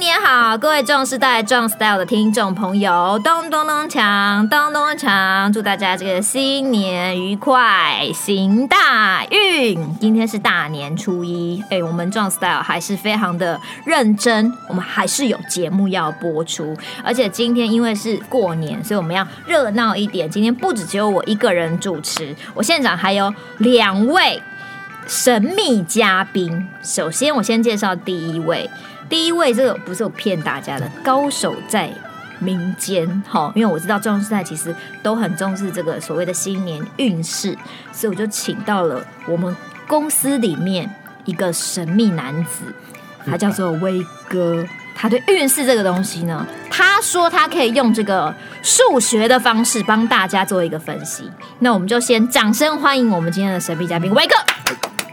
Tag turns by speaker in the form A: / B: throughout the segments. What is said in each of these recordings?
A: 家好，各位壮世代壮 style 的听众朋友，咚咚咚锵，咚咚咚锵，祝大家这个新年愉快，行大运！今天是大年初一，哎、我们壮 style 还是非常的认真，我们还是有节目要播出，而且今天因为是过年，所以我们要热闹一点。今天不只只有我一个人主持，我现场还有两位神秘嘉宾。首先，我先介绍第一位，第一位这个不是我骗大家的，高手在民间，哈，因为我知道壮士代其实都很重视这个所谓的新年运势，所以我就请到了我们公司里面一个神秘男子，他叫做威哥。他对运势这个东西呢，他说他可以用这个数学的方式帮大家做一个分析。那我们就先掌声欢迎我们今天的神秘嘉宾威哥。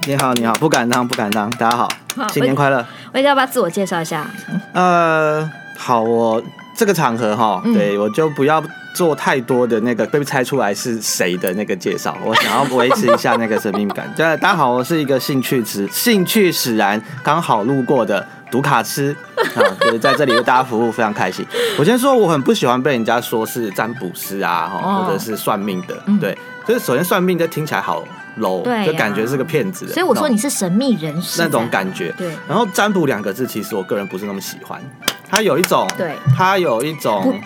B: 你好，你好，不敢当，不敢当，大家好
A: 好，
B: 新年快乐。
A: 威哥要不要自我介绍一下？
B: 呃，好，我这个场合哈，
A: 嗯
B: 对我就不要做太多的那个被猜出来是谁的那个介绍，我想要维持一下那个神秘感。 对，大家好，我是一个兴趣使兴趣使然，刚好路过的。读卡吃啊， 就是在这里为大家服务，非常开心。我先说，我很不喜欢被人家说是占卜师啊，
A: 哦
B: 哈，或者是算命的
A: 嗯，
B: 对，就是首先算命这听起来好 low，
A: 对呀
B: 就感觉是个骗子的。
A: 所以我说你是神秘人士啊
B: 那种感觉，
A: 对
B: 然后占卜两个字，其实我个人不是那么喜欢，它有一种，
A: 对，
B: 它有一种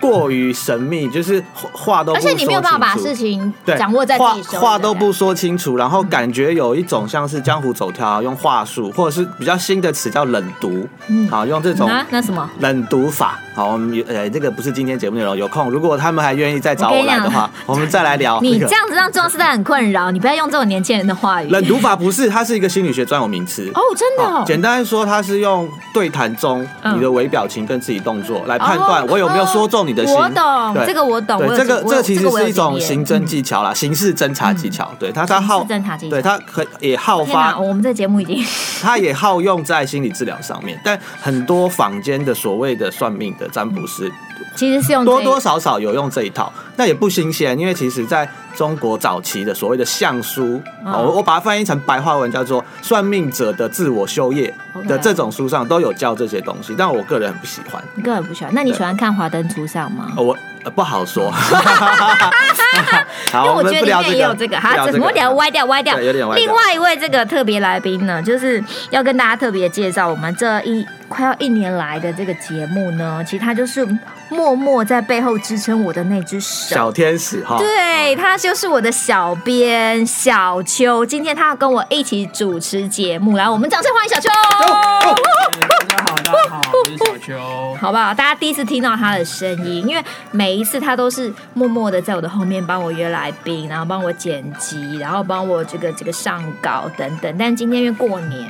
B: 过于神秘，就是话都
A: 而
B: 不
A: 且
B: 说
A: 你没有办法把事
B: 情
A: 情
B: 对
A: 掌握在自
B: 话
A: 己手里
B: 话都不说清楚，然后感觉有一种像是江湖走跳啊，用话术，或者是比较新的词叫冷读，
A: 嗯
B: 好用这种。
A: 啊，那什么？
B: 冷读法，好，我们有呃，这个不是今天节目内容，有空如果他们还愿意再找我来的话，我们再来聊、这个。
A: 你这样子让壮士代很困扰，你不要用这种年轻人的话语。
B: 冷读法不是，它是一个心理学专有名词。
A: 哦，真的、
B: 好
A: 哦，
B: 简单来说，它是用对谈中
A: 嗯
B: 你的微表情跟自己动作来判断
A: 哦
B: 我有没有说中你的心。
A: 我懂
B: 对
A: 这个我懂我有
B: 对，这个
A: 我有
B: 这个其
A: 这
B: 实
A: 个我有
B: 是一种刑
A: 经验嗯
B: 侦技巧啦，刑事侦查技巧。对，它它耗
A: 刑事侦查技巧
B: 对它可也耗
A: 天哪，
B: 发，
A: 我们这节目已经
B: 它也耗用在心理治疗上面。但很多坊间的所谓的算命的占卜师，
A: 其实是用这
B: 多多少少有用这一套，那也不新鲜，因为其实在中国早期的所谓的相书，
A: 嗯
B: 哦，我把它翻译成白话文叫做“算命者的自我修业”
A: OK
B: 的这种书上都有教这些东西，但我个人很不喜欢。
A: 你根本不喜欢。那你喜欢看《华灯初上》吗？
B: 哦我、呃、不好 说，
A: 因
B: 好，
A: 为我觉
B: 们
A: 得
B: 不
A: 里
B: 聊
A: 面
B: 这
A: 也有
B: 个，
A: 这个，
B: 不聊
A: 哈，
B: 这
A: 怎
B: 个
A: 么聊歪掉歪掉？
B: 对有点歪掉
A: 另外一位这个特别来宾呢，就是要跟大家特别介绍我们这一快要一年来的这个节目呢，其实他就是默默在背后支撑我的那只手。
B: 小天使哈，
A: 对，他就是我的小编小秋，今天他要跟我一起主持节目，来，我们掌声欢迎小秋。
C: 大家好，大家好，我是小秋。
A: 好不好？大家第一次听到他的声音，因为每一次他都是默默的在我的后面帮我约来宾，然后帮我剪辑，然后帮我这个这个上稿等等。但今天因为过年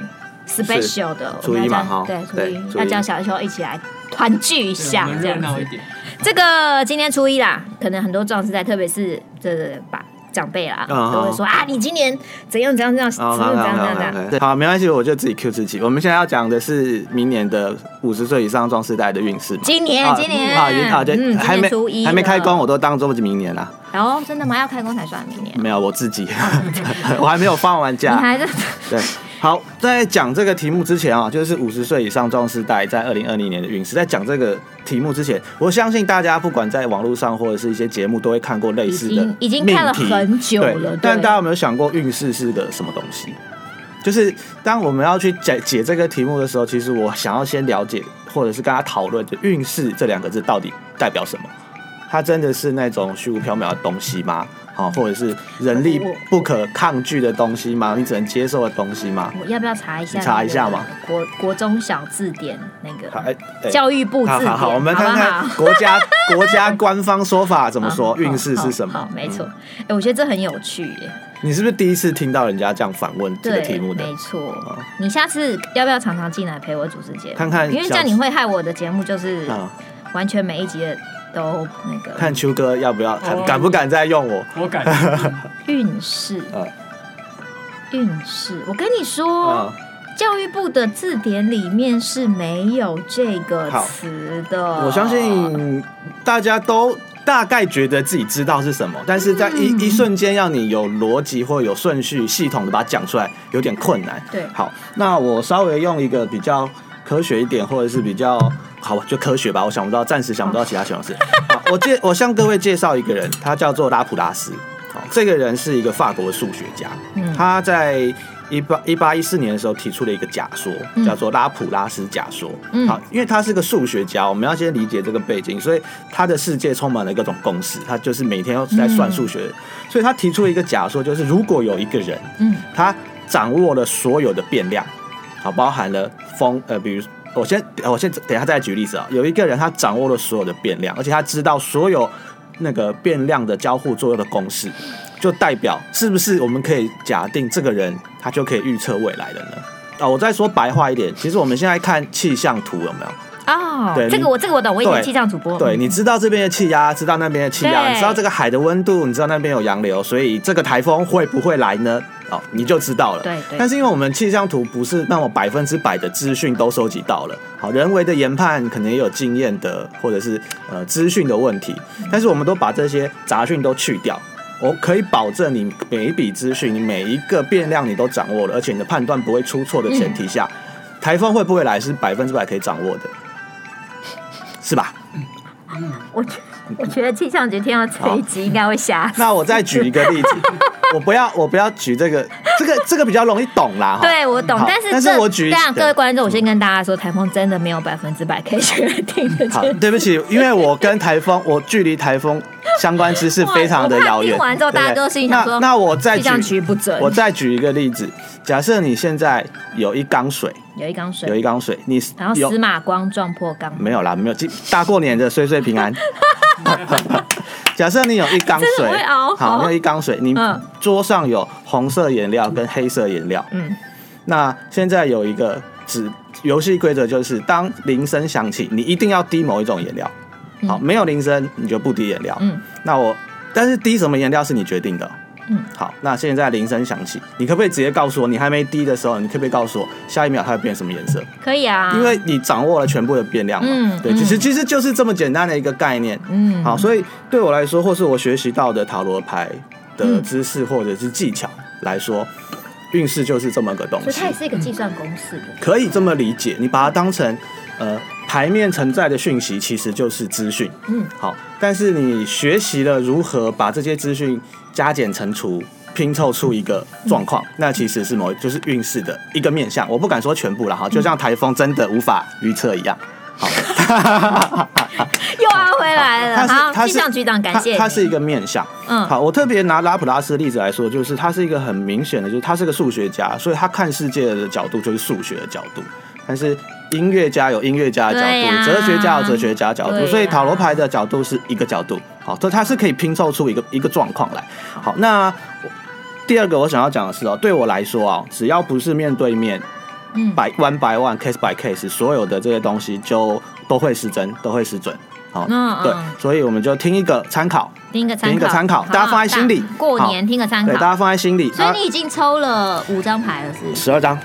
A: special 的，我
B: 初
A: 们
B: 一
A: 要
B: 嘛
A: 叫
B: 哈
A: 对，初
B: 对
A: 一
B: 初
A: 要
B: 一
A: 叫小秋一起来团聚一
C: 对我
A: 下
C: 们
A: 这
C: 热
A: 样
C: 闹
A: 子
C: 一。点，
A: 这个今天初一啦，可能很多壮士在，特别是这个把长辈啦，
B: 嗯
A: 都会说啊，你今年怎样怎样怎样，怎
B: 好
A: 样
B: 哦好
A: 怎样
B: 啊好
A: 怎样怎
B: 好
A: 样。
B: 好好，没关系，我就自己 Q 自己。我们现在要讲的是明年的五十岁以上壮世代的运势嘛。
A: 今年，
B: 啊
A: 今年
B: 啊，已经啊，
A: 嗯
B: 对，，还
A: 今
B: 没
A: 年初一
B: 还没开
A: 了
B: 工，，我都当做明年啦。
A: 然后真的吗？要开工才算明年。
B: 没有，我 自己， 我还没有放完
A: 你
B: 假。
A: 还是
B: 对，好，在讲这个题目之前啊，就是五十岁以上壮士代在二零二零年的运势。在讲这个题目之前，我相信大家不管在网络上或者是一些节目，都会看过类似的
A: 已经已经看了
B: 命题
A: 很久了对
B: 对但大家有没有想过运势是个什么东西？就是当我们要去解解这个题目的时候，其实我想要先了解，或者是跟他讨论，就运势这两个字到底代表什么？它真的是那种虚无缥缈的东西吗？好，或者是人力
A: 我
B: 不可抗拒的东西吗？你只能接受的东西吗？
A: 我要不要查一下？
B: 你查一下嘛。
A: 国国中小字典那个
B: 好，哎、哎
A: 教育部字
B: 好
A: 典，
B: 好好，我们
A: 好不
B: 看 看
A: 好
B: 国家国家官方说法怎么说，运势
A: 好
B: 是什
A: 好，好
B: 么？嗯
A: 没错。哎，我觉得这很有趣耶。
B: 你是不是第一次听到人家这样反问这个
A: 对，
B: 题目的？
A: 没错
B: 好。
A: 你下次要不要常常进来陪我主持节目？
B: 看看
A: 因为这
B: 小
A: 样你会害我的节目就是
B: 啊、
A: 完全每一集的都那个
B: 看秋哥要不要，敢
C: 哦
B: 敢不敢再用我？
C: 我感觉
A: 运势
B: 啊。
A: 运势，我跟你说
B: 啊，，
A: 教育部的字典里面是没有这个
B: 好
A: 词的。
B: 我相信大家都大概觉得自己知道是什么，但是在一、
A: 嗯
B: 一瞬间要你有逻辑或有顺序、系统的把它讲出来，有点困难。
A: 对
B: 好，那我稍微用一个比较。科学一点，或者是比较好吧，就科学吧。我想不到，暂时想不到其他 形容词。好，我介我向各位介绍一个人，他叫做拉普拉斯。好，这个人是一个法国数学家，
A: 嗯
B: 他在一八一八一四年的时候提出了一个假说
A: 嗯，
B: 叫做拉普拉斯假说。
A: 嗯
B: 好，因为他是个数学家，我们要先理解这个背景，所以他的世界充满了各种公式，他就是每天都在
A: 嗯
B: 算数学。所以他提出了一个假说，就是如果有一个人，
A: 嗯
B: 他掌握了所有的变量，好，包含了风，呃，比如我先我先等一下再举例子啊，有一个人他掌握了所有的变量，而且他知道所有那个变量的交互作用的公式，就代表是不是我们可以假定这个人他就可以预测未来的呢？啊、我再说白话一点，其实我们现在看气象图有没有？
A: 哦，
B: 对
A: 这个
B: 你
A: 我这个我懂，我以前
B: 对
A: 气象主播，
B: 对，你知道这边的气压，知道那边的气压，
A: 嗯对
B: 你知道这个海的温度，你知道那边有洋流，所以这个台风会不会来呢？哦，你就知道了。
A: 对对
B: 但是因为我们气象图不是那么百分之百的资讯都收集到了，好，人为的研判可能也有经验的或者是呃资讯的问题，
A: 嗯
B: 但是我们都把这些杂讯都去掉。我可以保证你每一笔资讯，你每一个变量你都掌握了，而且你的判断不会出错的前提
A: 嗯
B: 下，台风会不会来是百分之百可以掌握的，是吧？
A: 我觉我觉得气象局听到这一集应该会吓死。
B: 那我再举一个 例子，我不要我不要举这个，这个这个比较容易懂啦。哈，
A: 对，我懂，
B: 好
A: 但是
B: 但是
A: 这
B: 我举
A: 但各位
B: 对
A: 观众，我先跟大家说，台风真的没有百分之百可以确定的
B: 好
A: 这，
B: 对不起，因为我跟台风，我距离台风相关知识非常的遥
A: 哇我怕
B: 远。
A: 听完之后大家
B: 对不对
A: 都心里想说
B: 那那我 再
A: 气象局
B: 举，
A: 不准。
B: 我再举一个例子，假设你现在有一缸水，
A: 有一缸
B: 有
A: 水，
B: 一缸水，你
A: 然后
B: 有
A: 司马光撞破缸，
B: 没有啦，没有，今大过年的岁岁 平安。 假设你有一缸
A: 真
B: 水
A: 的会熬，
B: 好，你有一缸水，你
A: 嗯
B: 桌上有红色颜料跟黑色颜料，
A: 嗯，
B: 那现在有一个指游戏规则，就是当铃声响起，你一定要滴某一种颜料。好，没有铃声你就不滴颜料。
A: 嗯，
B: 那我但是滴什么颜料是你决定的。
A: 嗯，
B: 好，那现在铃声响起，你可不可以直接告诉我，你还没滴的时候，你可不可以告诉我下一秒它会变什么颜色？
A: 可以啊，
B: 因为你掌握了全部的变量嘛。
A: 嗯
B: 对，其实其实就是这么简单的一个概念。
A: 嗯，
B: 好，所以对我来说，或是我学习到的塔罗牌
A: 嗯
B: 的知识或者是技巧来说，运势就是这么个东
A: 所以
B: 西
A: 它也，是一个计算公式的。
B: 可以这么理解。你把它当成呃牌面承载的讯息，其实就是资讯。
A: 嗯，
B: 好，但是你学习了如何把这些资讯加减乘除。拼凑出一个状况，
A: 嗯
B: 那其实是某就是运势的一个面向，我不敢说全部了哈，就像台风真的无法预测一样。
A: 又要回来了。
B: 它是
A: 好，
B: 它
A: 气
B: 是
A: 象局长，感谢你。
B: 它它是一个面向。
A: 嗯
B: 好，我特别拿拉普拉斯的例子来说，就是他是一个很明显的，就是他是个数学家，所以他看世界的角度就是数学的角度，但是。音乐家有音乐家的角
A: 对
B: 度，
A: 呀
B: 哲学家有哲学家的角度，
A: 对呀
B: 所以塔罗牌的角度是一个角度。好，这它是可以拼凑出一个一个状况来。好，那我第二个我想要讲的是哦，对我来说啊，只要不是面对面，
A: 嗯
B: 百 one by one case by case，所有的这些东西就都会失真，都会失准。好，
A: 嗯嗯
B: 对，所以我们就听一个参考，
A: 听个参考，
B: 听一个参考
A: 好不好
B: 大家放在心里
A: 大过年听个参
B: 对，大
A: 考。
B: 家放在心里。
A: 嗯
B: 啊
A: 所以你已经抽了五张牌了，是不是？
B: 十二张，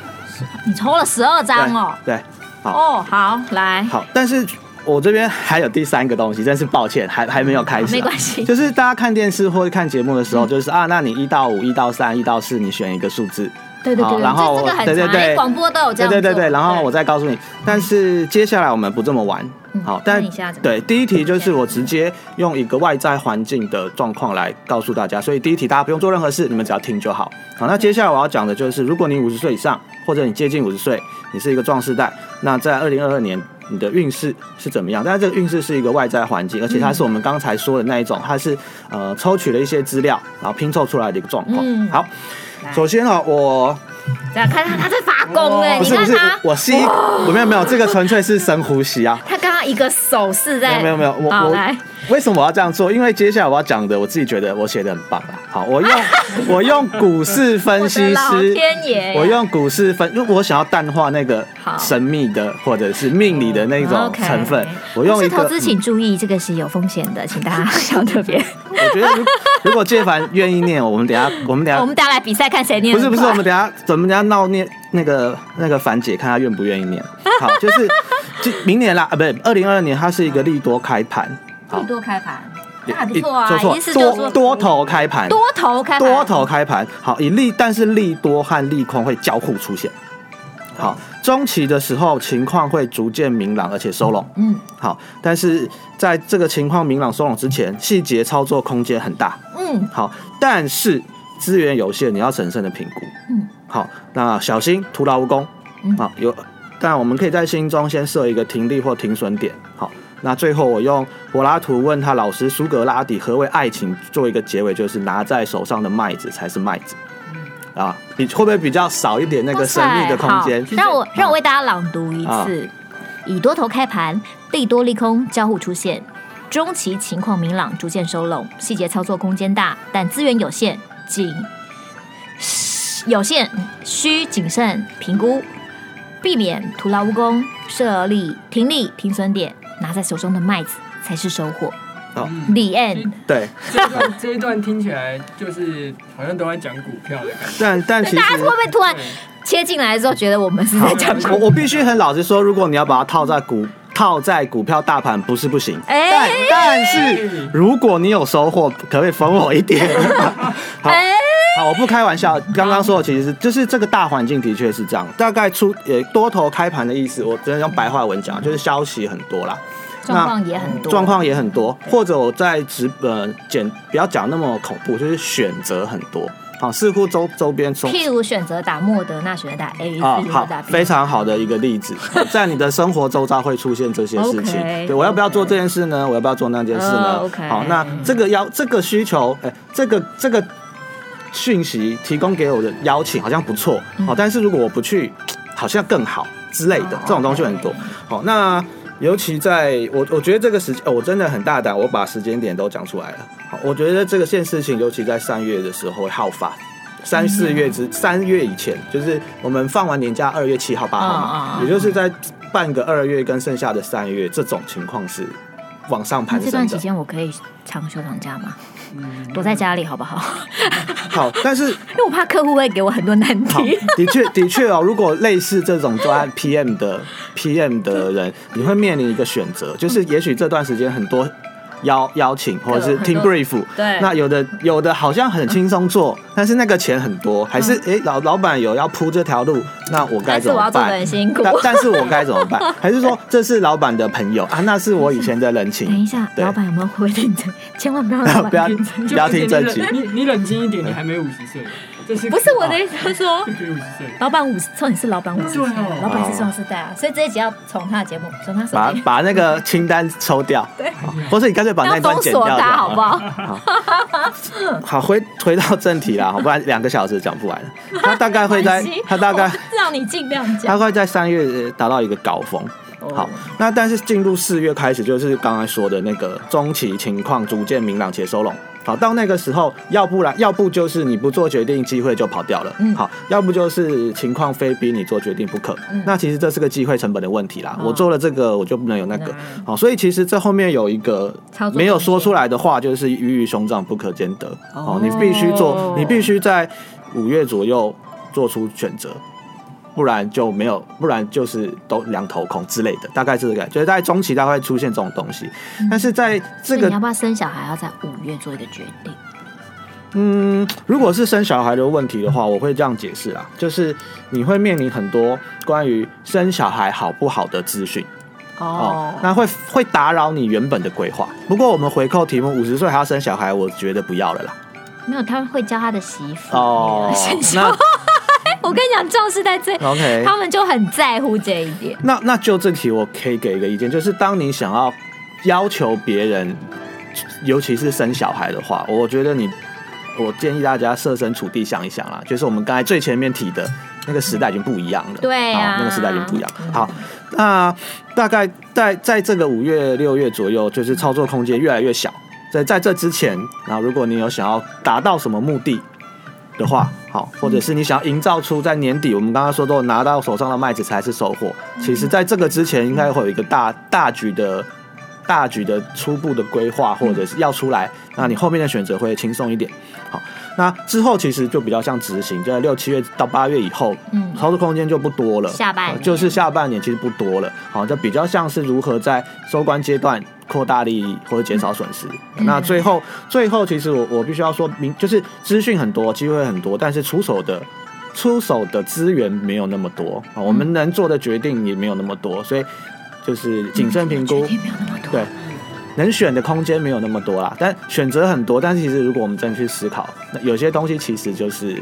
A: 你抽了十二张哦。
B: 对，对，好，
A: 哦，好，来，
B: 好，但是我这边还有第三个东西，真是抱歉，还还没有开始、啊
A: 没关系
B: 就是大家看电视或者看节目的时候，就是啊，那你一到五、一到三、一到四，你选一个数字，
A: 对对对，
B: 好
A: 对
B: 然
A: 这
B: 后
A: 这个很
B: 对对
A: 长，
B: 对
A: 连广播都有这
B: 对
A: 样做。
B: 对对对，然后我再告诉你。但是接下来我们不这么玩
A: 嗯，
B: 好，
A: 那
B: 但
A: 你现在怎么
B: 对第一题就是我直接用一个外在环境的状况来告诉大家，所以第一题大家不用做任何事，你们只要听就好。
A: 嗯
B: 好，那接下来我要讲的就是，如果你五十岁以上，或者你接近五十岁，你是一个壮世代，那在二零二二年。你的运势是怎么样？但是这个运势是一个外在环境，而且它是我们刚才说的那一种，它是呃抽取了一些资料，然后拼凑出来的一个状况。
A: 嗯
B: 好
A: 来，
B: 首先呢、我
A: 这样看他他在发功哎，
B: 哦不
A: 你
B: 是不
A: 看
B: 是
A: 他，，
B: 我吸，我没有没有，这个纯粹是深呼吸啊。
A: 他刚刚一个手势
B: 没有
A: 在，
B: 没有没有，我
A: 好
B: 我
A: 来，
B: 为什么我要这样做？因为接下来我要讲的，我自己觉得我写的很棒啦。好， 我用我用股市分
A: 我的
B: 析
A: 老
B: 师
A: 天爷呀，
B: 我用股市分，因为我想要淡化那个
A: 好哦
B: 神秘的或者是命理的那种
A: OK
B: 成分。我
A: 股
B: 用
A: 市
B: 一
A: 投
B: 个，嗯
A: 资请注意，这个是有风险的，请大家要特 别。
B: 我觉得如如果介凡愿意念，我们等一下我们等 一
A: 我
B: 下
A: 们大家来比赛看谁念
B: 不
A: 得
B: 是
A: 快。
B: 不是，我们等一下我们等一下闹念那个那个樊姐，看她愿不愿 意念。好，就是就明年啦，啊，不是二零二二年，它是一个利多开盘，好
A: 多开盘，那还不
B: 一
A: 错啊，
B: 说错
A: 意思就是
B: 多
A: 说
B: 多头开盘，
A: 多头开盘，
B: 多头开盘，好以利，但是利多和利空会交互出现。好，中期的时候情况会逐渐明朗，而且收拢。
A: 嗯
B: 好，但是在这个情况明朗收拢之前，细节操作空间很大。
A: 嗯
B: 好，但是资源有限，你要审慎的评估。
A: 嗯，
B: 好，那小心徒劳无功。
A: 嗯
B: 好，有，但我们可以在心中先设一个停利或停损点。好，那最后我用柏拉图问他老师苏格拉底何为爱情做一个结尾，就是拿在手上的麦子才是麦子。
A: 嗯
B: 啊，比会不会比较少一点那个神秘的空间
A: 哇塞？好让我让我为大家朗读一
B: 啊
A: 次：以多头开盘，利多利空交互出现，中期情况明朗，逐渐收拢，细节操作空间大，但资源有限，谨有限，需谨慎评估，避免徒劳无功，设立停利停损点，拿在手中的麦子才是收获。
B: 哦
A: The end。
B: 对，
C: 这一段这一段听起来就是好像都在讲股票的感觉。
B: 但 但其实
A: 大家会不会突然
C: 对
A: 切进来之后，觉得我们是在讲股
B: 我我必须很老实说，如果你要把它套在股套在股票大盘，不是不行。但
A: 哎
B: 但是如果你有收获，可不可以分我一点？ 好
A: 哎，
B: 好，我不开玩笑，刚刚说的其实是就是这个大环境的确是
A: 哎
B: 这样。大概出呃多头开盘的意思，我真的用白话文讲，就是消息很多啦。
A: 状况也嗯很多，
B: 状况也很多，或者我在直呃简不要讲那么恐怖，就是选择很多。好，似乎周周边从
A: 譬如选择打莫德纳，选择打 A，、
B: 啊，
A: 选择
B: 好
A: 打，B，
B: 非常好的一 个例子，在你的生活周遭会出现这些事情。
A: OK，
B: 对我要不要做
A: OK
B: 这件事呢？我要不要做那件事呢
A: 哦，OK
B: 好，那这个要这个需求，哎、这个这个讯息提供给我的邀请好像不错，好、但是如果我不去，好像更好之类的
A: 嗯哦，
B: 这种东西很多
A: OK。
B: 好，那。尤其在我，我觉得这个时间、哦我真的很大胆，我把时间点都讲出来了。好，我觉得这个件事情，尤其在三月的时候会好发，三四月之三月以前，就是我们放完年假二月七号八号嘛
A: 嗯嗯，嗯
B: 也就是在半个二月跟剩下的三月，这种情况是往上
A: 那
B: 攀
A: 这
B: 升
A: 段期
B: 的。
A: 间我可以长休长假吗？
C: 嗯
A: 躲在家里好不好？
B: 好，但是
A: 因为我怕客户会给我很多难
B: 好
A: 题。，
B: 的确的确哦，如果类似这种专案 PM 的 PM 的人，你会面临一个选择，就是也许这段时间很多。邀邀请或者是
A: 嗯很
B: 听
A: 多
B: brief，
A: 对
B: 那有的有的好像很轻松做，但是那个钱很多，还是诶、老老板有要铺这条路，那我
A: 嗯
B: 该
A: 但是
B: 怎
A: 我
B: 么
A: 要做的
B: 办
A: 很？辛苦
B: 但。但是我该怎么办？还是 说这是老板的朋友啊？那是我以前的人
A: 等
B: 情
A: 一，下，
B: 对
A: 老板有没有回应真？千万不要让老
B: 不要
A: 板听真。
B: 不要听
C: 就是
B: 正经
C: 你冷你你冷静一点，你还没五十岁，这是
A: 不是我的意思，是说
C: 这可以五十岁。
A: 老板五十，重点是老板五十
C: 对
A: 岁
C: 哦，
A: 老板是壮士代啊，所以这一集要从他的节目，从他手
B: 把
A: 机，
B: 把那个清单抽掉，或是你干脆把那
A: 要
B: 一段
A: 封
B: 剪掉
A: 锁
B: 就
A: 他好
B: 好
A: 不
B: 了。
A: 好？
B: 好，回回到正题啦，好不然两个小时讲不完。他大概会在
A: 没关系
B: 他大概
A: 我让你尽量
B: 他
A: 讲。
B: 会在三月呃达到一个高峰。
A: 哦
B: 好，那但是进入四月开始，就是刚才说的那个中期情况逐渐明朗且收拢。好，到那个时候，要不然要不就是你不做决定，机会就跑掉了。
A: 嗯
B: 好，要不就是情况非逼你做决定不可。
A: 嗯
B: 那其实这是个机会成本的问题啦。
A: 哦
B: 我做了这个，我就不能有那个
A: 嗯。
B: 好，所以其实这后面有一个
A: 操作
B: 没有
A: 空间
B: 说出来的话，就是鱼与熊掌不可兼得。
C: 哦
B: 哦，你必须
A: 哦
B: 做，你必须在五月左右做出选择。不然就没有，不然就是都两头空之类的，大概是这个感觉，就是在中期大概会出现这种东西。但是在这
A: 嗯所以
B: 个
A: 你要不要生小孩？要在五月做一个决定。
B: 嗯，如果是生小孩的问题的话，我会这样解释啊，就是你会面临很多关于生小孩好不好的资讯哦，那会会打扰你原本的规划。不过我们回扣题目，五十岁还要生小孩，我觉得不要了啦。
A: 没有，他会教他的媳妇
B: 哦
A: 生，小
B: 那
A: 我跟你讲，壮士在这，
B: OK，
A: 他们就很在乎这一点。
B: 那那就这题，我可以给一个意见，就是当你想要要求别人，尤其是生小孩的话，我觉得你，我建议大家设身处地想一想啦，就是我们刚才最前面提的那个时代已经不一样了，
A: 对啊嗯
B: 好那个时代已经不一样。好，那大概在在这个五月六月左右，就是操作空间越来越小。在在这之前，然后如果你有想要达到什么目的的话，好，或者是你想要营造出在年底，我们刚刚说都有拿到手上的麦子才是收获。
A: 嗯
B: 其实，在这个之前，应该会有一个大大局的。大局的初步的规划，或
A: 嗯
B: 者是要出来，那你后面的选择会轻松一点。好，那之后其实就比较像执行，就在六七月到八月以后，
A: 嗯
B: 操作空间就不多了。
A: 下半年
B: 呃就是下半年其实不多了，好，这比较像是如何在收官阶段扩大利益或者减少损失。
A: 嗯
B: 那最后，最后其实我我必须要说明，就是资讯很多，机会很多，但是出手的出手的资源没有那么多啊，我
A: 嗯
B: 们能做的决定也没有那么多，所以就是谨慎评估
A: 嗯决。定没有那么多。
B: 对，能选的空间没有那么多啦，但选择很多。但是其实如果我们真的去思考，那有些东西其实就是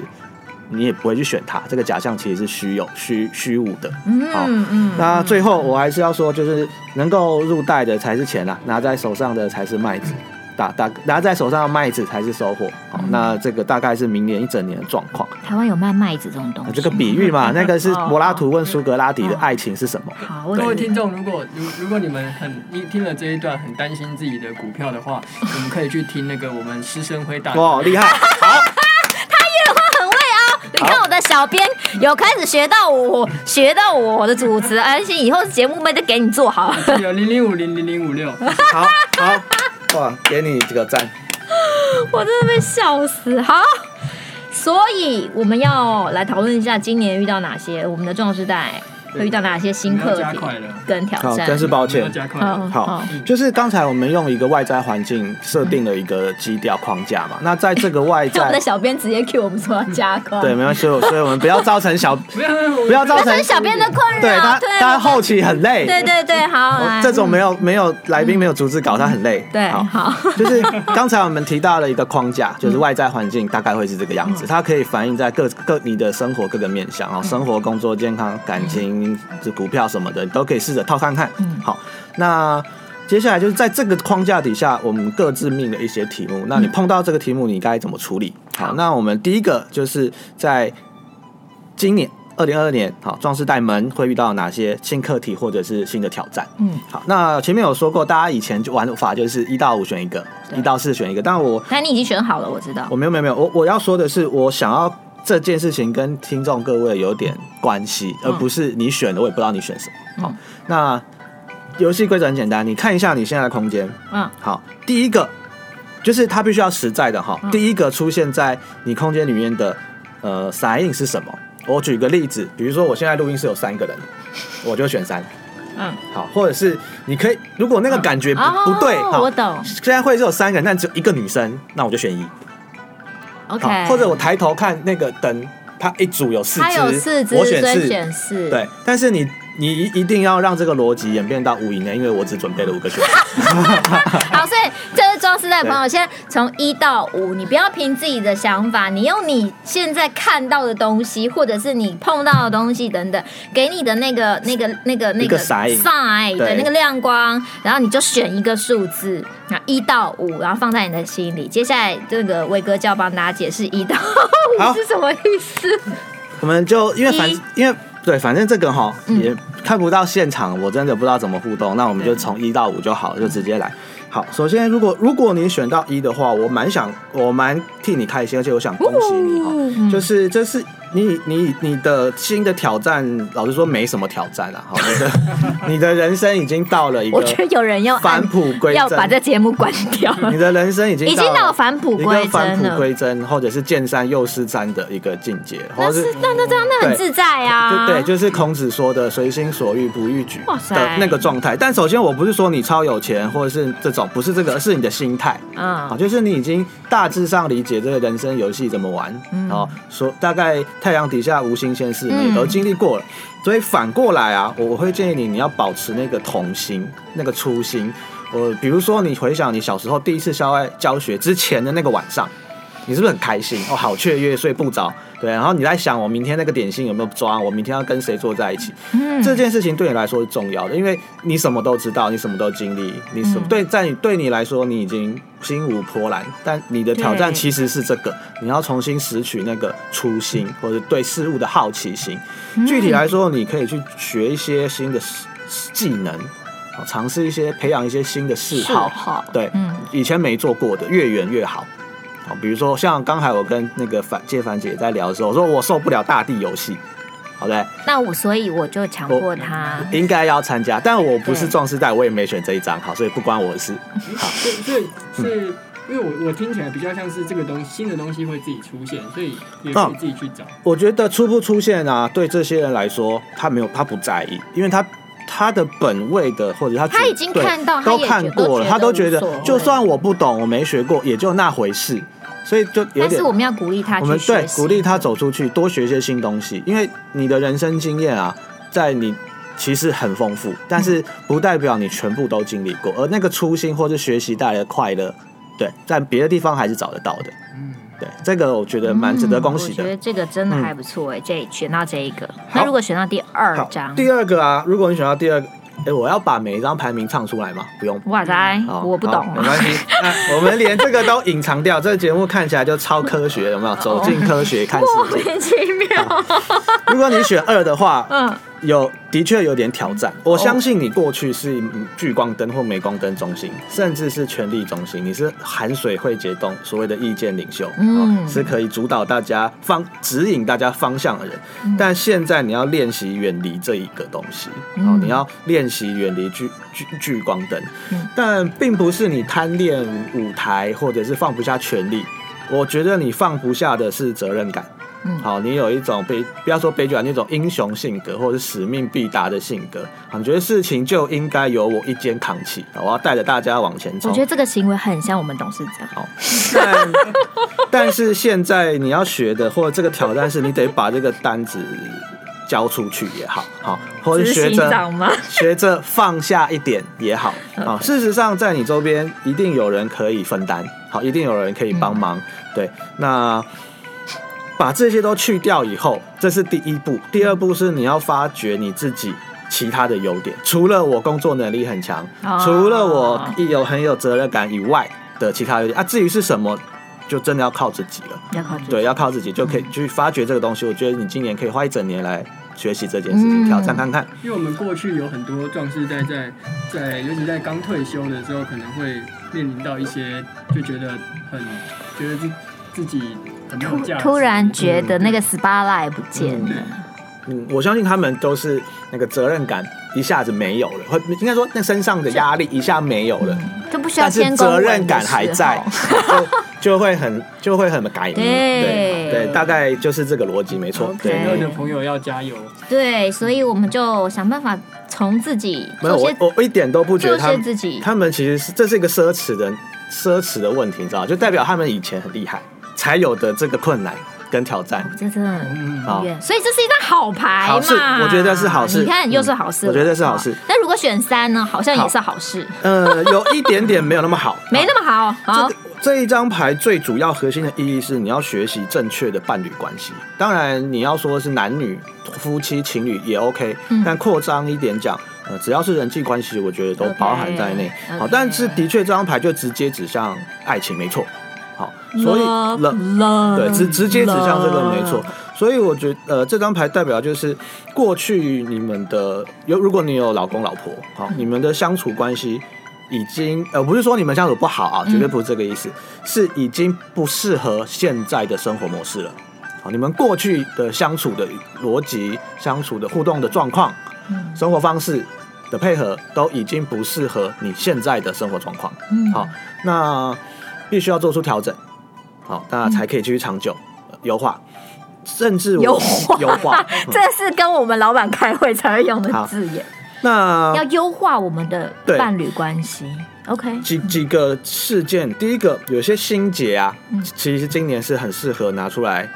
B: 你也不会去选它，这个假象其实是虚有、虚虚无的。好
A: 嗯嗯，
B: 那最后我还是要说，就是能够入袋的才是钱啦，拿在手上的才是麦子，打打拿在手上的麦子才是收获。好，
A: 嗯
B: 那这个大概是明年一整年的状况。
A: 台湾有卖麦子这种东
B: 啊
A: 西，
B: 这个比喻嘛，那个是
A: 嗯
B: 柏拉图问苏格拉底的爱情是什么？
A: 好，我
C: 各位
A: 只
C: 听众，如果如如果你们很你听了这一段很担心自己的股票的 话，你们可以去听那个我们师生辉
A: 嗯
C: 大
B: 哇，厉害！好，
A: 很会啊！你看我的小编有开始学到我，学到我的主持，而且以后节目们就给你做好。
C: 有零零五零零零五六，
B: 好，好，哇，给你这个赞。
A: 我真的被笑死。好，所以我们要来讨论一下今年遇到哪些我们的壮士代会遇到哪些新课
C: 我们要
A: 题
C: 加快了
A: 跟挑
B: 好，
A: 战。
B: 真是抱
C: 我
B: 歉
C: 们要。嗯加快了。
A: 好
B: 好，
A: 嗯
B: 就是刚才我们用一个外在环境设定了一个基调框架嘛，那在这个外
A: 我们
B: 在
A: 的，小编直接 Q 我们说要加快，
B: 对，没关系，所以所以我们不要造成小，
C: 不要不
B: 不要造
A: 这
B: 成
A: 是小编的困扰。
B: 对他，他
A: 我
B: 后期很累。
A: 啊对对对，好，
B: 我
A: 来
B: 这种没有没有来宾没有逐字稿，他很累。
A: 对
B: 好。
A: 好，
B: 就是刚才我们提到了一个框架，就是外在环境大概会是这个样子，它可以反映在各各你的生活各个面向啊，生活、工作、健康、感情、这股票什么的，你都可以试着套看看。好，那。接下来就是在这个框架底下，我们各自命的一些题目。那你碰到这个题目，你该怎么处理？好，那我们第一个就是在今年二零二二年，好，壮士代门会遇到哪些新课题或者是新的挑战？
A: 嗯，
B: 好，那前面有说过，大家以前就玩法就是一到五选一个，一到四选一个。但我
A: 那你已经选好了，我知道
B: 我。没有没有没有，我我要说的是，我想要这件事情跟听众各位有点关系，而
A: 嗯
B: 不是你选的，我也不知道你选什么。好，
A: 嗯
B: 那游戏规则很简单，你看一下你现在的空间。
A: 嗯，
B: 好，第一个就是它必须要实在的哈，
A: 嗯
B: 第一个出现在你空间里面的呃散印是什么？我举个例子，比如说我现在录音室有三个人，我就选三。
A: 嗯，
B: 好，或者是你可以，如果那个感觉不、
A: 哦
B: 不对，
A: 我
B: 好，
A: 懂。
B: 现在会是有三个人，但只有一个女生，那我就选一。
A: OK，
B: 或者我抬头看那个灯，它一组有四
A: 他有四只，
B: 我选
A: 所以
B: 四，
A: 选四。
B: 对。但是你你一一定要让这个逻辑演变到五以内，因为我只准备了五个选项。
A: 好，所以这是装饰的朋友，先从一到五，你不要凭自己的想法，你用你现在看到的东西，或者是你碰到的东西等等，给你的那个、那个、那个、那
B: 一个 sign
A: sign 对
B: 对
A: 那个亮光，然后你就选一个数字，那一到五，然后放在你的心里。接下来这个威哥就要帮大家解释一到五
B: 好
A: 是什么意思。
B: 我们就因为反
A: 一
B: 因为对，反正这个哈
A: 嗯
B: 也看不到现场，我真的不知道怎么互动。那我们就
A: 对
B: 从一到五就好，就直接来。好，首先如果如果你选到一的话，我蛮想，我蛮替你开心，而且我想恭喜你哈。
A: 嗯
B: 就是这是你你你的新的挑战，老实说没什么挑战啊，好，你的 你的人生已经到了一
A: 我觉得
B: 个
A: 有人要按
B: 返璞归
A: 要
B: 真
A: 把，这节目关 掉，
B: 你的人生已经
A: 已经到
B: 到
A: 返璞
B: 一
A: 归
B: 个返
A: 真
B: 璞
A: 了。
B: 归真，或者是见山又是山的一个境界，或
A: 那
B: 者
A: 是那那这样那很
B: 对
A: 自在啊，
B: 就对，就是孔子说的“随心所欲不逾矩”
A: 哇塞
B: 的那个状态。但首先，我不是说你超有钱或者是这种，不是这个，而是你的心态。好，
A: 嗯，
B: 就是你已经大致上理解这个人生游戏怎么玩，
A: 嗯
B: 好，说大概太阳底下无新鲜事，
A: 嗯
B: 你都经历过了。所以反过来啊，我我会建议你，你要保持那个童心，那个初心。我比如说，你回想你小时候第一次校外教学之前的那个晚上，你是不是很开心？哦，好雀跃，睡不着。对，然后你在想，我明天那个点心有没有抓？我明天要跟谁坐在一起？
A: 嗯
B: 这件事情对你来说是重要的，因为你什么都知道，你什么都经历，你什、
A: 嗯
B: 对在你对你来说，你已经心无波澜，但你的挑战
A: 对
B: 其实是这个，你要重新拾取那个初心或者对事物的好奇心。
A: 嗯
B: 具体来说，你可以去学一些新的技能，好尝试一些培养一些新的嗜好，
A: 好，
B: 对，
A: 嗯
B: 以前没做过的，越远越好。好，比如说像刚才我跟那个樊介凡姐在聊的时候，我说我受不了大地游戏，好嘞。
A: 那我所以我就强迫他，
B: 应该要参加，但我不是
A: 对
B: 壮士代，我也没选这一张，好，所以不关我的事。
C: 所以所以是因为我我听起来比较像是这个东西新的东西会自己出现，所以也可以自己去找。
B: 我觉得出不出现啊，对这些人来说，他没有，他不在意，因为他他的本位的或者他
A: 他已经
B: 对
A: 看到他
B: 都
A: 也
B: 看
A: 觉得
B: 过了，他都觉
A: 无所
B: 得
A: 谓
B: 就算我不懂，我没学过，也就那回事。所以就有
A: 但
B: 点
A: 是我们要鼓励他
B: 我
A: 去
B: 们对
A: 学习，
B: 鼓励他走出去，多学一些新东西，因为你的人生经验啊，在你其实很丰富，但是不代表你全部都经历过，而那个初心或是学习带来的快乐，对，在别的地方还是找得到的。
C: 嗯，
B: 对，这个我觉得蛮值得恭喜
A: 嗯我觉
B: 的。嗯
A: 得这个真的还不错哎、这选到这一个。那如果选到第二
B: 好
A: 张，，
B: 第二个啊，如果你选到第二个，哎，我要把每一张排名唱出来吗？不用。
A: 哇塞，
B: 嗯好
A: 我不
B: 好
A: 懂
B: 没
A: 啊。
B: 关 系、那我们连这个都隐藏掉。这个节目看起来就超科学，有没有？走进科学看
A: 莫
B: 世界。
A: 名其妙，
B: 如果你选二的话，
A: 嗯，
B: 有的确有点挑战。我相信你过去是嗯聚光灯或镁光灯中心，甚至是权力中心，你是含水会解冻，所谓的意见领袖，
A: 嗯
B: 哦是可以主导大家方指引大家方向的人。但现在你要练习远离这一个东西，
A: 嗯
B: 哦，你要练习远离聚聚聚光灯
A: 嗯，
B: 但并不是你贪恋舞台或者是放不下权力。我觉得你放不下的是责任感。
A: 嗯
B: 好，你有一种悲，不要说悲剧啊，那种英雄性格或者是使命必达的性格，好你觉得事情就应该由我一肩扛起，好我要带着大家往前
A: 嗯我
B: 冲
A: 觉。得这个行为很像我们董事长。
B: 好，但 但是现在你要学的或者这个挑战是你得把这个单子交出去也好，好，或者
A: 执
B: 哦是学
A: 行
B: 着
A: 长吗？
B: 学着放下一点也好啊。事实上，在你周边一定有人可以分担，好，一定有人可以帮忙。对，那把这些都去掉以后，这是第一步。第二步是你要发掘你自己。其他的优点，除了我工作能力很强，
A: 哦
B: 除了我一有很有责任感以外的其他优点啊，至于是什么，就真的要靠自己嗯了。
A: 要靠自己
B: 对，要靠自己就可以去发掘这个东西。我觉得你今年可以花一整年来学习这件事
A: 嗯
B: 情，挑战看看。
C: 因为我们过去有很多壮士在在在，尤其在刚退休的时候，可能会面临到一些就觉得很觉得自自己很没有价值，
A: 突然觉得那个 spotlight 不见了，
B: 嗯，我相信他们都是那个责任感一下子没有了，或应该说那身上的压力一下没有了，
A: 嗯就不需要
B: 但是
A: 先
B: 责任感还在，就就会很就会很改变。
A: 对
B: 对对，大概就是这个逻辑，没错
A: OK。
C: 所
B: 对
C: 有，的朋友要加油，
A: 对，所以我们就想办法从自己
B: 没有
A: 做
B: 我
A: 些
B: 我我一点都不觉
A: 做
B: 得他
A: 些
B: 们
A: 自己，
B: 他们其实是这是一个奢侈的奢侈的问题，你知道吗，就代表他们以前很厉害才有的这个困难跟挑战。
A: 这真的很
C: 嗯，
B: 好，
A: 远，所以这是一张好牌
B: 好
A: 嘛，
B: 事我觉得是好事
A: 你看又是好事
B: 嗯
A: 了，
B: 我觉得是好事
A: 好但如果选三呢，好像也是好事，
B: 呃，有一点点没有那么好，
A: 没那么好，好
B: 这个这一张牌最主要核心的意义是你要学习正确的伴侣关系。当然，你要说是男女、夫妻、情侣也 OK，、
A: 嗯
B: 但扩张一点讲，呃，只要是人际关系，我觉得都
A: OK，
B: 包含在内。好
A: OK
B: 但是的确这张牌就直接指向爱情，没错。好，所以
A: Love，
B: 了。
A: love，
B: 对，直直接指向这个
A: love
B: 没错。，所以我觉得，呃，这张牌代表就是过去你们的有，如果你有老公老婆，好、你们的相处关系已经，呃，不是说你们相处不好啊，绝对不是这个意思，是已经不适合现在的生活模式了。好，你们过去的相处的逻辑、相处的互动的状况、
A: 嗯
B: 生活方式的配合，都已经不适合你现在的生活状况。
A: 嗯
B: 好，那必须要做出调整，好，那才可以继续长久、呃优化，甚至我
A: 优化
B: 优 化嗯
A: 这是跟我们老板开会才会用的
B: 好
A: 字眼，
B: 那
A: 要优化我们的
B: 对
A: 伴侣关系。OK，
B: 几几个事件，第一个有些心结啊，
A: 嗯
B: 其实今年是很适合拿出来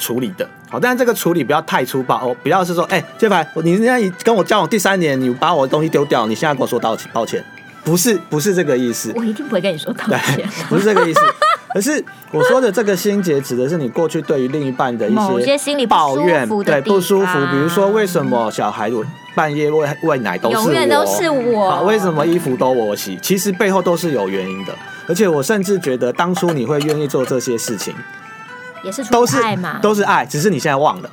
B: 处理的。好，但是这个处理不要太粗暴哦，不要是说，哎、这牌，你现在跟我交往第三年，你把我的东西丢掉，你现在跟我说道歉，抱歉，不是不是这个意思。
A: 我一定不会跟你说 道
B: 对
A: 歉。，
B: 不是这个意思。可是我说的这个心结，指的是你过去对于另一半的一
A: 某些心里不
B: 抱怨
A: 舒服，的
B: 对
A: 地方
B: 不舒服。比如说，为什么小孩我半夜喂喂奶都是我，
A: 永远都是我
B: 啊为什么衣服都我洗？其实背后都是有原因的。而且我甚至觉得，当初你会愿意做这些事情，
A: 也是出
B: 都是
A: 爱嘛，
B: 都是爱，只是你现在忘了。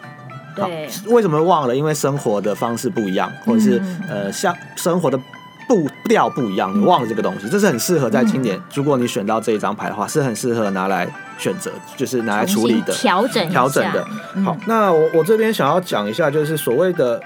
B: 好
A: 对，
B: 为什么忘了？因为生活的方式不一样，或者是、
A: 嗯
B: 呃，像生活的步调不一样，你忘了这个东西，这是很适合在今
A: 嗯
B: 年，如果你选到这一张牌的话，是很适合拿来选择，就是拿来处理的
A: 重新。调整一下嗯
B: 调整的。好，，那我我这边想要讲一下，就是所谓的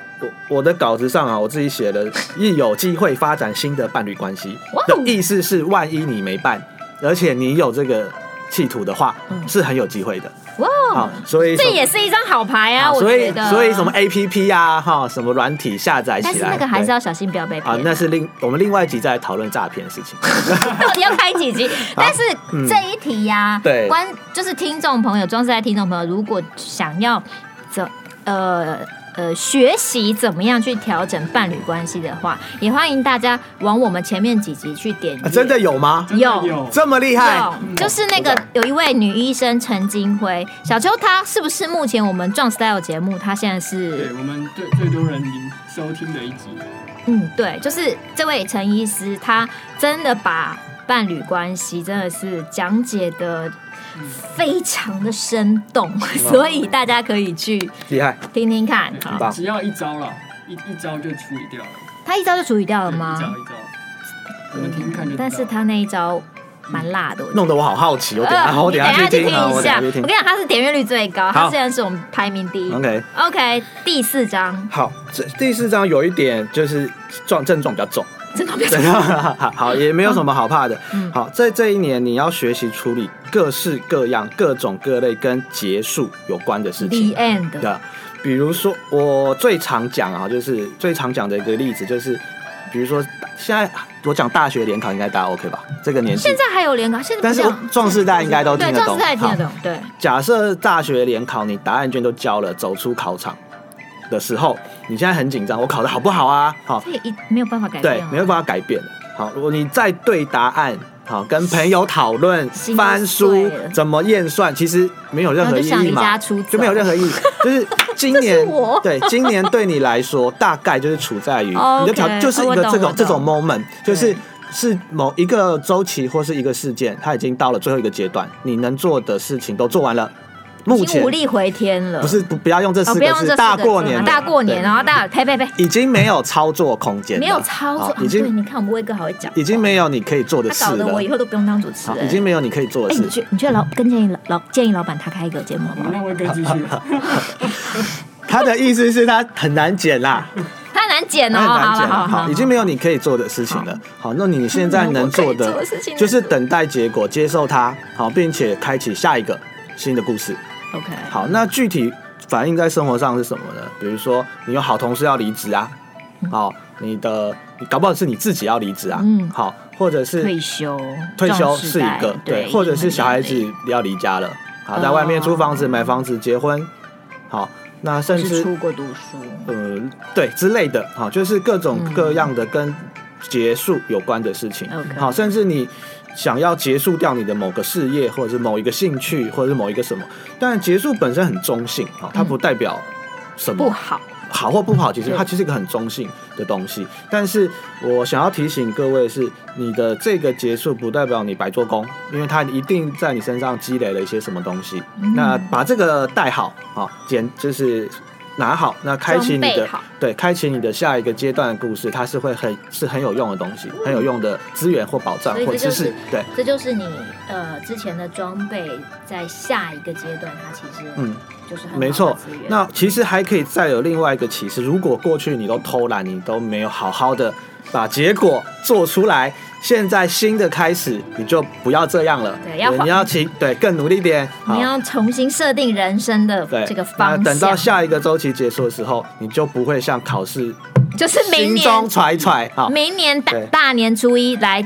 B: 我我的稿子上啊，我自己写的，一有机会发展新的伴侣关系
A: 哇哦
B: 的意思是，万一你没办，而且你有这个企图的话，是很有机会的。
A: 哇嗯
B: 好
A: 哦，，
B: 所以
A: 这
B: 什
A: 也是一张好牌啊，我
B: 所以
A: 觉得。
B: 所以什么？A P P 呀，哈，什么软体下载起
A: 但
B: 来，
A: 是那个还是
B: 对
A: 要小心，不要被骗
B: 啊，那是另我们另外一集再来讨论诈骗的事情。啊
A: 到 底要开几集？但是
B: 嗯
A: 这一题呀、
B: 对
A: 观就是听众朋友，装饰在听众朋友，如果想要怎呃呃学习怎么样去调整伴侣关系的话，也欢迎大家往我们前面几集去点
B: 啊
A: 阅。
B: 真的有吗？
C: 真的
A: 有
C: 有
B: 这么厉害？
A: 嗯有，就是那个有一位女医生陈金辉，小秋她是不是目前我们壮 style 节目，她现在
C: 对
A: 是
C: 我们最最多人聆收听的一集，
A: 嗯对，就是这位陈医师，她真的把伴侣关系真的是讲解的
C: 嗯
A: 非常的生动， 所以大家可以去
B: 厉害，
A: 听听看。
C: 对
A: 好
B: 棒
C: 只要一招了，一一招就处理掉了，
A: 他一招就处理掉了
C: 对
A: 吗
C: 一？招一招，我们听听看就知道
A: 但是他那一招蛮辣的，我觉得
B: 弄得我好好奇，我等
A: 呃
B: 下我
A: 你
B: 等
A: 等去
B: 下去听啊，
A: 一
B: 我等
A: 下。
B: 下
A: 我跟
B: 去听
A: 你。讲，他是点阅率最高，他
B: 好
A: 虽然是我们排名第一。
B: OK，
A: OK，第四章，
B: 好，这第四章有一点就是状症状比较重。
A: 真的不要
B: 对， 好，也没有什么好怕的。
A: 嗯
B: 好，在这一年你要学习处理各式各样、各种各类跟结束有关的事
A: The
B: 情啊
A: End。
B: 的。比如说，我最常讲啊，就是最常讲的一个例子就是，比如说现在我讲大学联考，应该大家 OK 吧？这个年纪
A: 现，在还有联考，现在
B: 但
A: 不
B: 是
A: 这样。
B: 壮士大应该都听
A: 对，
B: 得
A: 壮
B: 懂
A: 士。太听
B: 好
A: 得懂。对，
B: 假设大学联考你答案卷都交了，走出考场的时候，你现在很紧张，我考的好不好啊？好，
A: 这也一没有办法改变
B: 对
A: 啊。，
B: 没有办法改变的。好，如果你再对答案，好跟朋友讨论、
A: 心都
B: 翻
A: 碎
B: 书
A: 了
B: 怎么验算，其实没有任
A: 然后
B: 何
A: 就
B: 意
A: 想
B: 义
A: 离
B: 嘛
A: 家，出走，
B: 就没有任何意 义。就是今
A: 这是
B: 年
A: 我，
B: 对今年对你来说，大概就是处在于
A: 哦 OK，
B: 你的条，就是一
A: 我
B: 个
A: 懂
B: 这
A: 我懂
B: 种这种 moment，就
A: 对
B: 是。是某一个周期或是一个事件，它已经到了最后一个阶段，你能做的事情都做完了。目
A: 已经
B: 前
A: 无力回天了。
B: 不是不不要用这
A: 哦，
B: 四
A: 不
B: 个
A: 用
B: 字，
A: 这四
B: 大
A: 个
B: 过
A: 字
B: 年
A: 嘛
B: 的
A: 大过年，
B: 对
A: 然后大呸呸呸，
B: 已经没有操作空间了，
A: 没有操作
B: 好，已
A: 啊对
B: 经
A: 你看我们威哥好会讲，
B: 已经没有你可以做的
A: 他
B: 事
A: 搞得
B: 了
A: 我以，后都不用当主持
B: 好，
A: 人。
B: 已经没有你可以做的
A: 哎，
B: 事
A: 你。去你去老跟建议老老建议老板他开一个节目好
C: 我
A: 不
C: 们
B: 嗯
A: 好？
C: 让威哥继续，
B: 他的意思是，他很难剪啦，
A: 他很难剪
B: 他
A: 哦，
B: 很
A: 好
B: 哎难剪
A: 了好
B: 啦。好，
A: 了，
B: 已经没有你可以做的事情了。好，那你现在能做
A: 我可以做
B: 的
A: 的事情呢
B: 就是等待结果，接受它，好，并且开启下一个新的故事。
A: OK，
B: 好，那具体反映在生活上是什么呢？比如说，你有好同事要离职啊，好，你的你搞不好是你自己要离职啊，
A: 嗯
B: 好，或者是
A: 退休
B: 退休
A: 壮士
B: 是
A: 代
B: 一个对，
A: 对，
B: 或者是小孩子要离家了，好，在外面租房子、
A: 哦
B: 买房子、结婚，好，那甚
A: 是
B: 至
A: 出国读书，
B: 呃对之类的，好，就是各种
A: 嗯
B: 各样的跟结束有关的事情
A: OK，
B: 好，甚至你想要结束掉你的某个事业，或者是某一个兴趣，或者是某一个什么，但结束本身很中性，好，它
A: 嗯
B: 不代表什么
A: 不好，
B: 好或不好，其实
A: 对
B: 它其实是一个很中性的东西。但是我想要提醒各位是，你的这个结束不代表你白做工，因为它一定在你身上积累了一些什么东西。
A: 嗯
B: 那把这个带好啊，捡就是拿好，那开启你
A: 装备
B: 的
A: 好
B: 对，开启你的下一个阶段的故事，它是会很是很有用的东西，很有用的资源或保
A: 嗯
B: 障
A: 所以
B: 或
A: 这就
B: 知
A: 是
B: 识，对。
A: 这就是你呃之前的装备，在下一个阶段它其实
B: 嗯，
A: 就是很好的
B: 没错
A: 资源。
B: 那其实还可以再有另外一个启示：如果过去你都偷懒，你都没有好好的把结果做出来，现在新的开始，你就不要这样了。
A: 对要换
B: 你要勤，对，更努力点。好
A: 你要重新设定人生的
B: 对
A: 这个方向，
B: 那等到下一个周期结束的时候，你就不会像考试
A: 就是明
B: 心
A: 年
B: 中揣揣好。
A: 明年大
B: 对
A: 大年初一来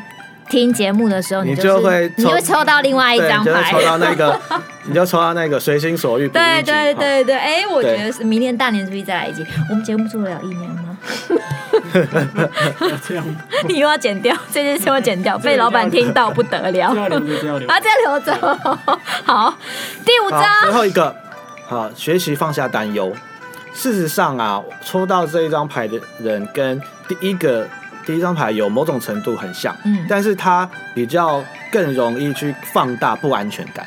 A: 听节目的时候，
B: 你
A: 你
B: 就是会
A: 你就会
B: 抽
A: 抽到另外一
B: 对，
A: 张
B: 你就会
A: 牌。
B: 抽到那个，你就抽到那个随心所欲。
A: 对对
B: 好，
A: 对对，哎，我觉
B: 对
A: 得是明年大年初一再来一集。我们节目做得了一年 吗？
C: 这样
A: 你又要剪掉这件事，要剪 掉，
C: 这个
A: 被老板听到不得了
C: 这。要留着，这要留着
A: 啊，，这留着。好，第五
B: 好，最
A: 张，
B: 后一个，好，学习放下担忧。事实上啊，抽到这一张牌的人跟第一个第一张牌有某种程度很像，
A: 嗯
B: 但是他比较更容易去放大不安全感。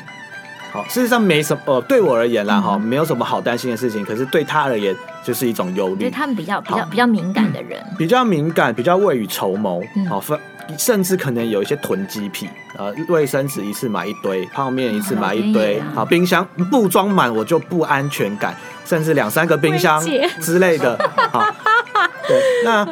B: 好，事实上没什么，呃，对我而
A: 嗯
B: 言啦，哈、没有什么好担心的事情，可是对他而言就是一种忧
A: 就是
B: 虑，
A: 他们比较比较
B: 好嗯
A: 比较敏感的人，
B: 比较敏感，比较未雨绸缪
A: 嗯，
B: 好、分甚至可能有一些囤积癖，呃，卫生纸一次买一堆，泡面一次买一堆，
A: 好便宜啊
B: 好、冰箱不装满我就不安全感，甚至两三个冰箱
A: 会解
B: 之类的，好、对，那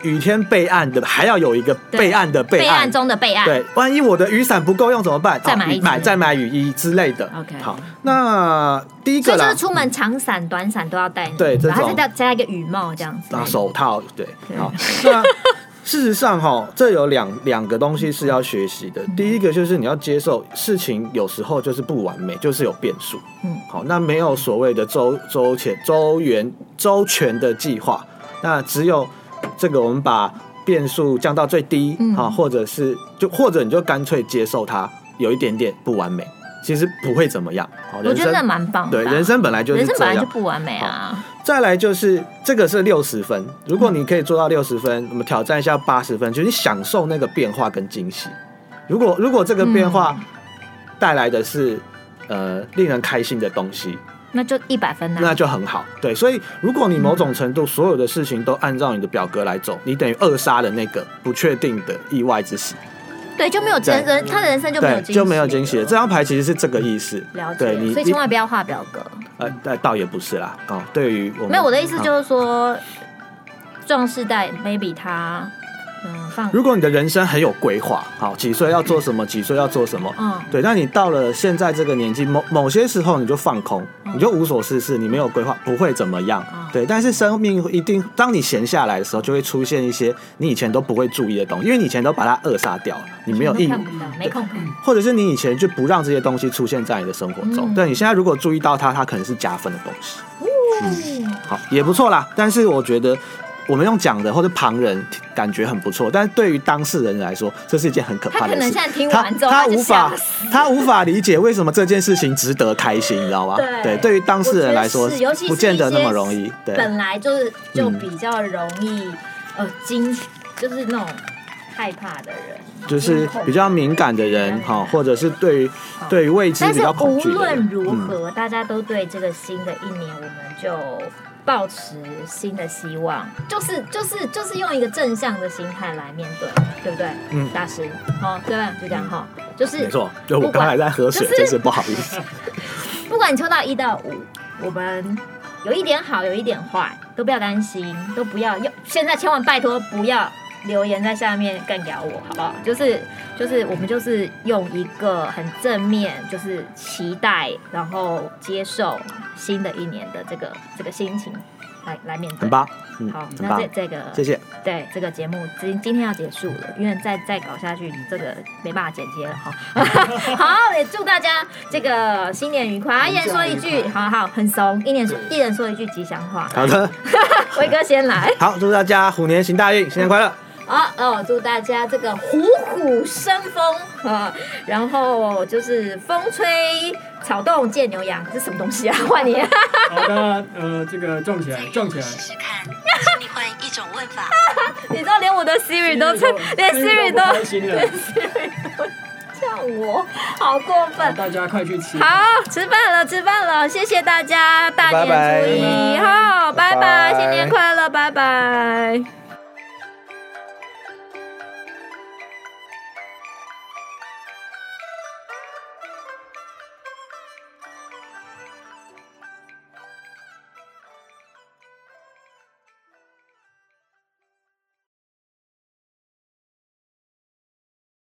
B: 雨天备案的，还要有一个
A: 对
B: 备案的备
A: 备
B: 案
A: 案。中的备案，
B: 对，万一我的雨伞不够用怎么办？
A: 再买
B: 好
A: 一支
B: 买再买雨衣之类的。
A: OK
B: 好，那第一
A: 所
B: 个
A: 以就
B: 啦
A: 是，出门长伞、短伞都要带，
B: 对这
A: 然后
B: 种
A: 再加一个雨帽这样子。
B: 啊，手套对
A: 对，
B: 好。那事实上哈、这有两两个东西是要学习的。
A: 嗯
B: 第一个就是你要接受事情有时候就是不完美，就是有变数。
A: 嗯
B: 嗯，好，那没有所谓的周周全周圆周全的计划，那只有这个我们把变数降到最低，
A: 嗯
B: 好、或者是就或者你就干脆接受它有一点点不完美，其实不会怎么样。好，
A: 我
B: 人
A: 觉得
B: 生
A: 蛮棒的
B: 对
A: 啊、
B: 人生本来就是
A: 人生
B: 这
A: 本来
B: 样
A: 就。不完美啊，
B: 再来就是这个是六十分，如果你可以做到六十
A: 嗯
B: 分，我们挑战一下八十分，就是享受那个变化跟惊喜。如果如果这个变化
A: 嗯
B: 带来的是、呃令人开心的东西，
A: 那就一百分
B: 那
A: 啊。
B: 就很好。对，所以如果你某种程度所有的事情都按照你的表格来走，你等于扼杀了那个不确定的意外之喜，
A: 对，就没有
B: 对
A: 人人他的人生就没有
B: 对，
A: 惊喜，
B: 就没有惊喜了。这张牌其实是这个意思。
A: 了解
B: 对你，
A: 所以
B: 你
A: 千万不要画表格。
B: 呃，呃倒也不是啦。哦，对于我们
A: 没有，我的意思
B: 啊
A: 就是说，壮世代 maybe 他嗯放
B: 如果你的人生很有规划，好，几岁要做什么，几岁要做什么，
A: 嗯
B: 对，那你到了现在这个年纪，某某些时候你就放空，
A: 嗯
B: 你就无所事事，你没有规划，不会怎么样
A: 嗯，
B: 对。但是生命一定，当你闲下来的时候，就会出现一些你以前都不会注意的东西，因为你以前都把它扼杀掉了，你没有
A: 都
B: 意，
A: 看不到，没空看。
B: 或者是你以前就不让这些东西出现在你的生活中。
A: 嗯
B: 对你现在如果注意到它，它可能是加分的东西。好，也不错啦。但是我觉得我们用讲的或者旁人感觉很不错，但是对于当事人来说，这是一件很可
A: 他
B: 怕
A: 可
B: 的
A: 能
B: 事
A: 现。在听
B: 他
A: 完之后，
B: 他
A: 就
B: 无
A: 吓
B: 法
A: 死。
B: 他无法理解为什么这件事情值得开心，你知道吗？
A: 对
B: 对，对于当事人来说
A: 我觉得是尤其，是
B: 不见得那么容易。对，
A: 本来就是就
B: 嗯
A: 比较容易呃惊，就是那种害怕的人，
B: 就是比较敏感的人
A: 嗯
B: 哈，或者是对于对于未知
A: 但
B: 比
A: 是
B: 较恐
A: 无
B: 惧的
A: 论
B: 人。嗯
A: 如何，大家都对这个新的一年，我们就抱持新的希望，就是就是就是用一个正向的心态来面对，对不对？
B: 嗯
A: 大师，好、对吧？就这样哈、就是
B: 没错，就我
A: 不管
B: 刚才在喝水
A: 就，是
B: 真是不好意思。
A: 不管你抽到一到五，我们有一点好，有一点坏，都不要担心，都不要用。现在千万拜托不要留言在下面干掉我，好不好？就是就是我们就是用一个很正面，就是期待，然后接受新的一年的这个这个心情来来面对。
B: 很棒，嗯，
A: 好，
B: 很
A: 那
B: 棒
A: 这，这个
B: 谢谢。
A: 对这个节目今今天要结束了，因为再再搞下去，你这个没办法剪接了 哈。好，也祝大家这个新年愉快，一人说一句，好好很怂，一年说一人说一句吉祥话。
B: 好的，
A: 辉哥先来，
B: 好，祝大家虎年行大运，新年快乐。
A: 好哦，祝大家这个虎虎生风啊，然后就是风吹草动见牛羊，这什么东西啊？ 换你，
C: 好的，呃，这个撞起来，撞起来，
D: 试试看，请你换一种问法。
A: 你知道连我的 Siri 都连 Siri
C: 都
A: 都
C: 开心了，
A: 叫我，好过分
C: 好。大家快去吃。
A: 好，吃饭了，吃饭了，谢谢大家，大年初一，
B: 拜
C: 拜
A: 好，拜拜，
B: 拜拜
A: 新年快乐，拜拜。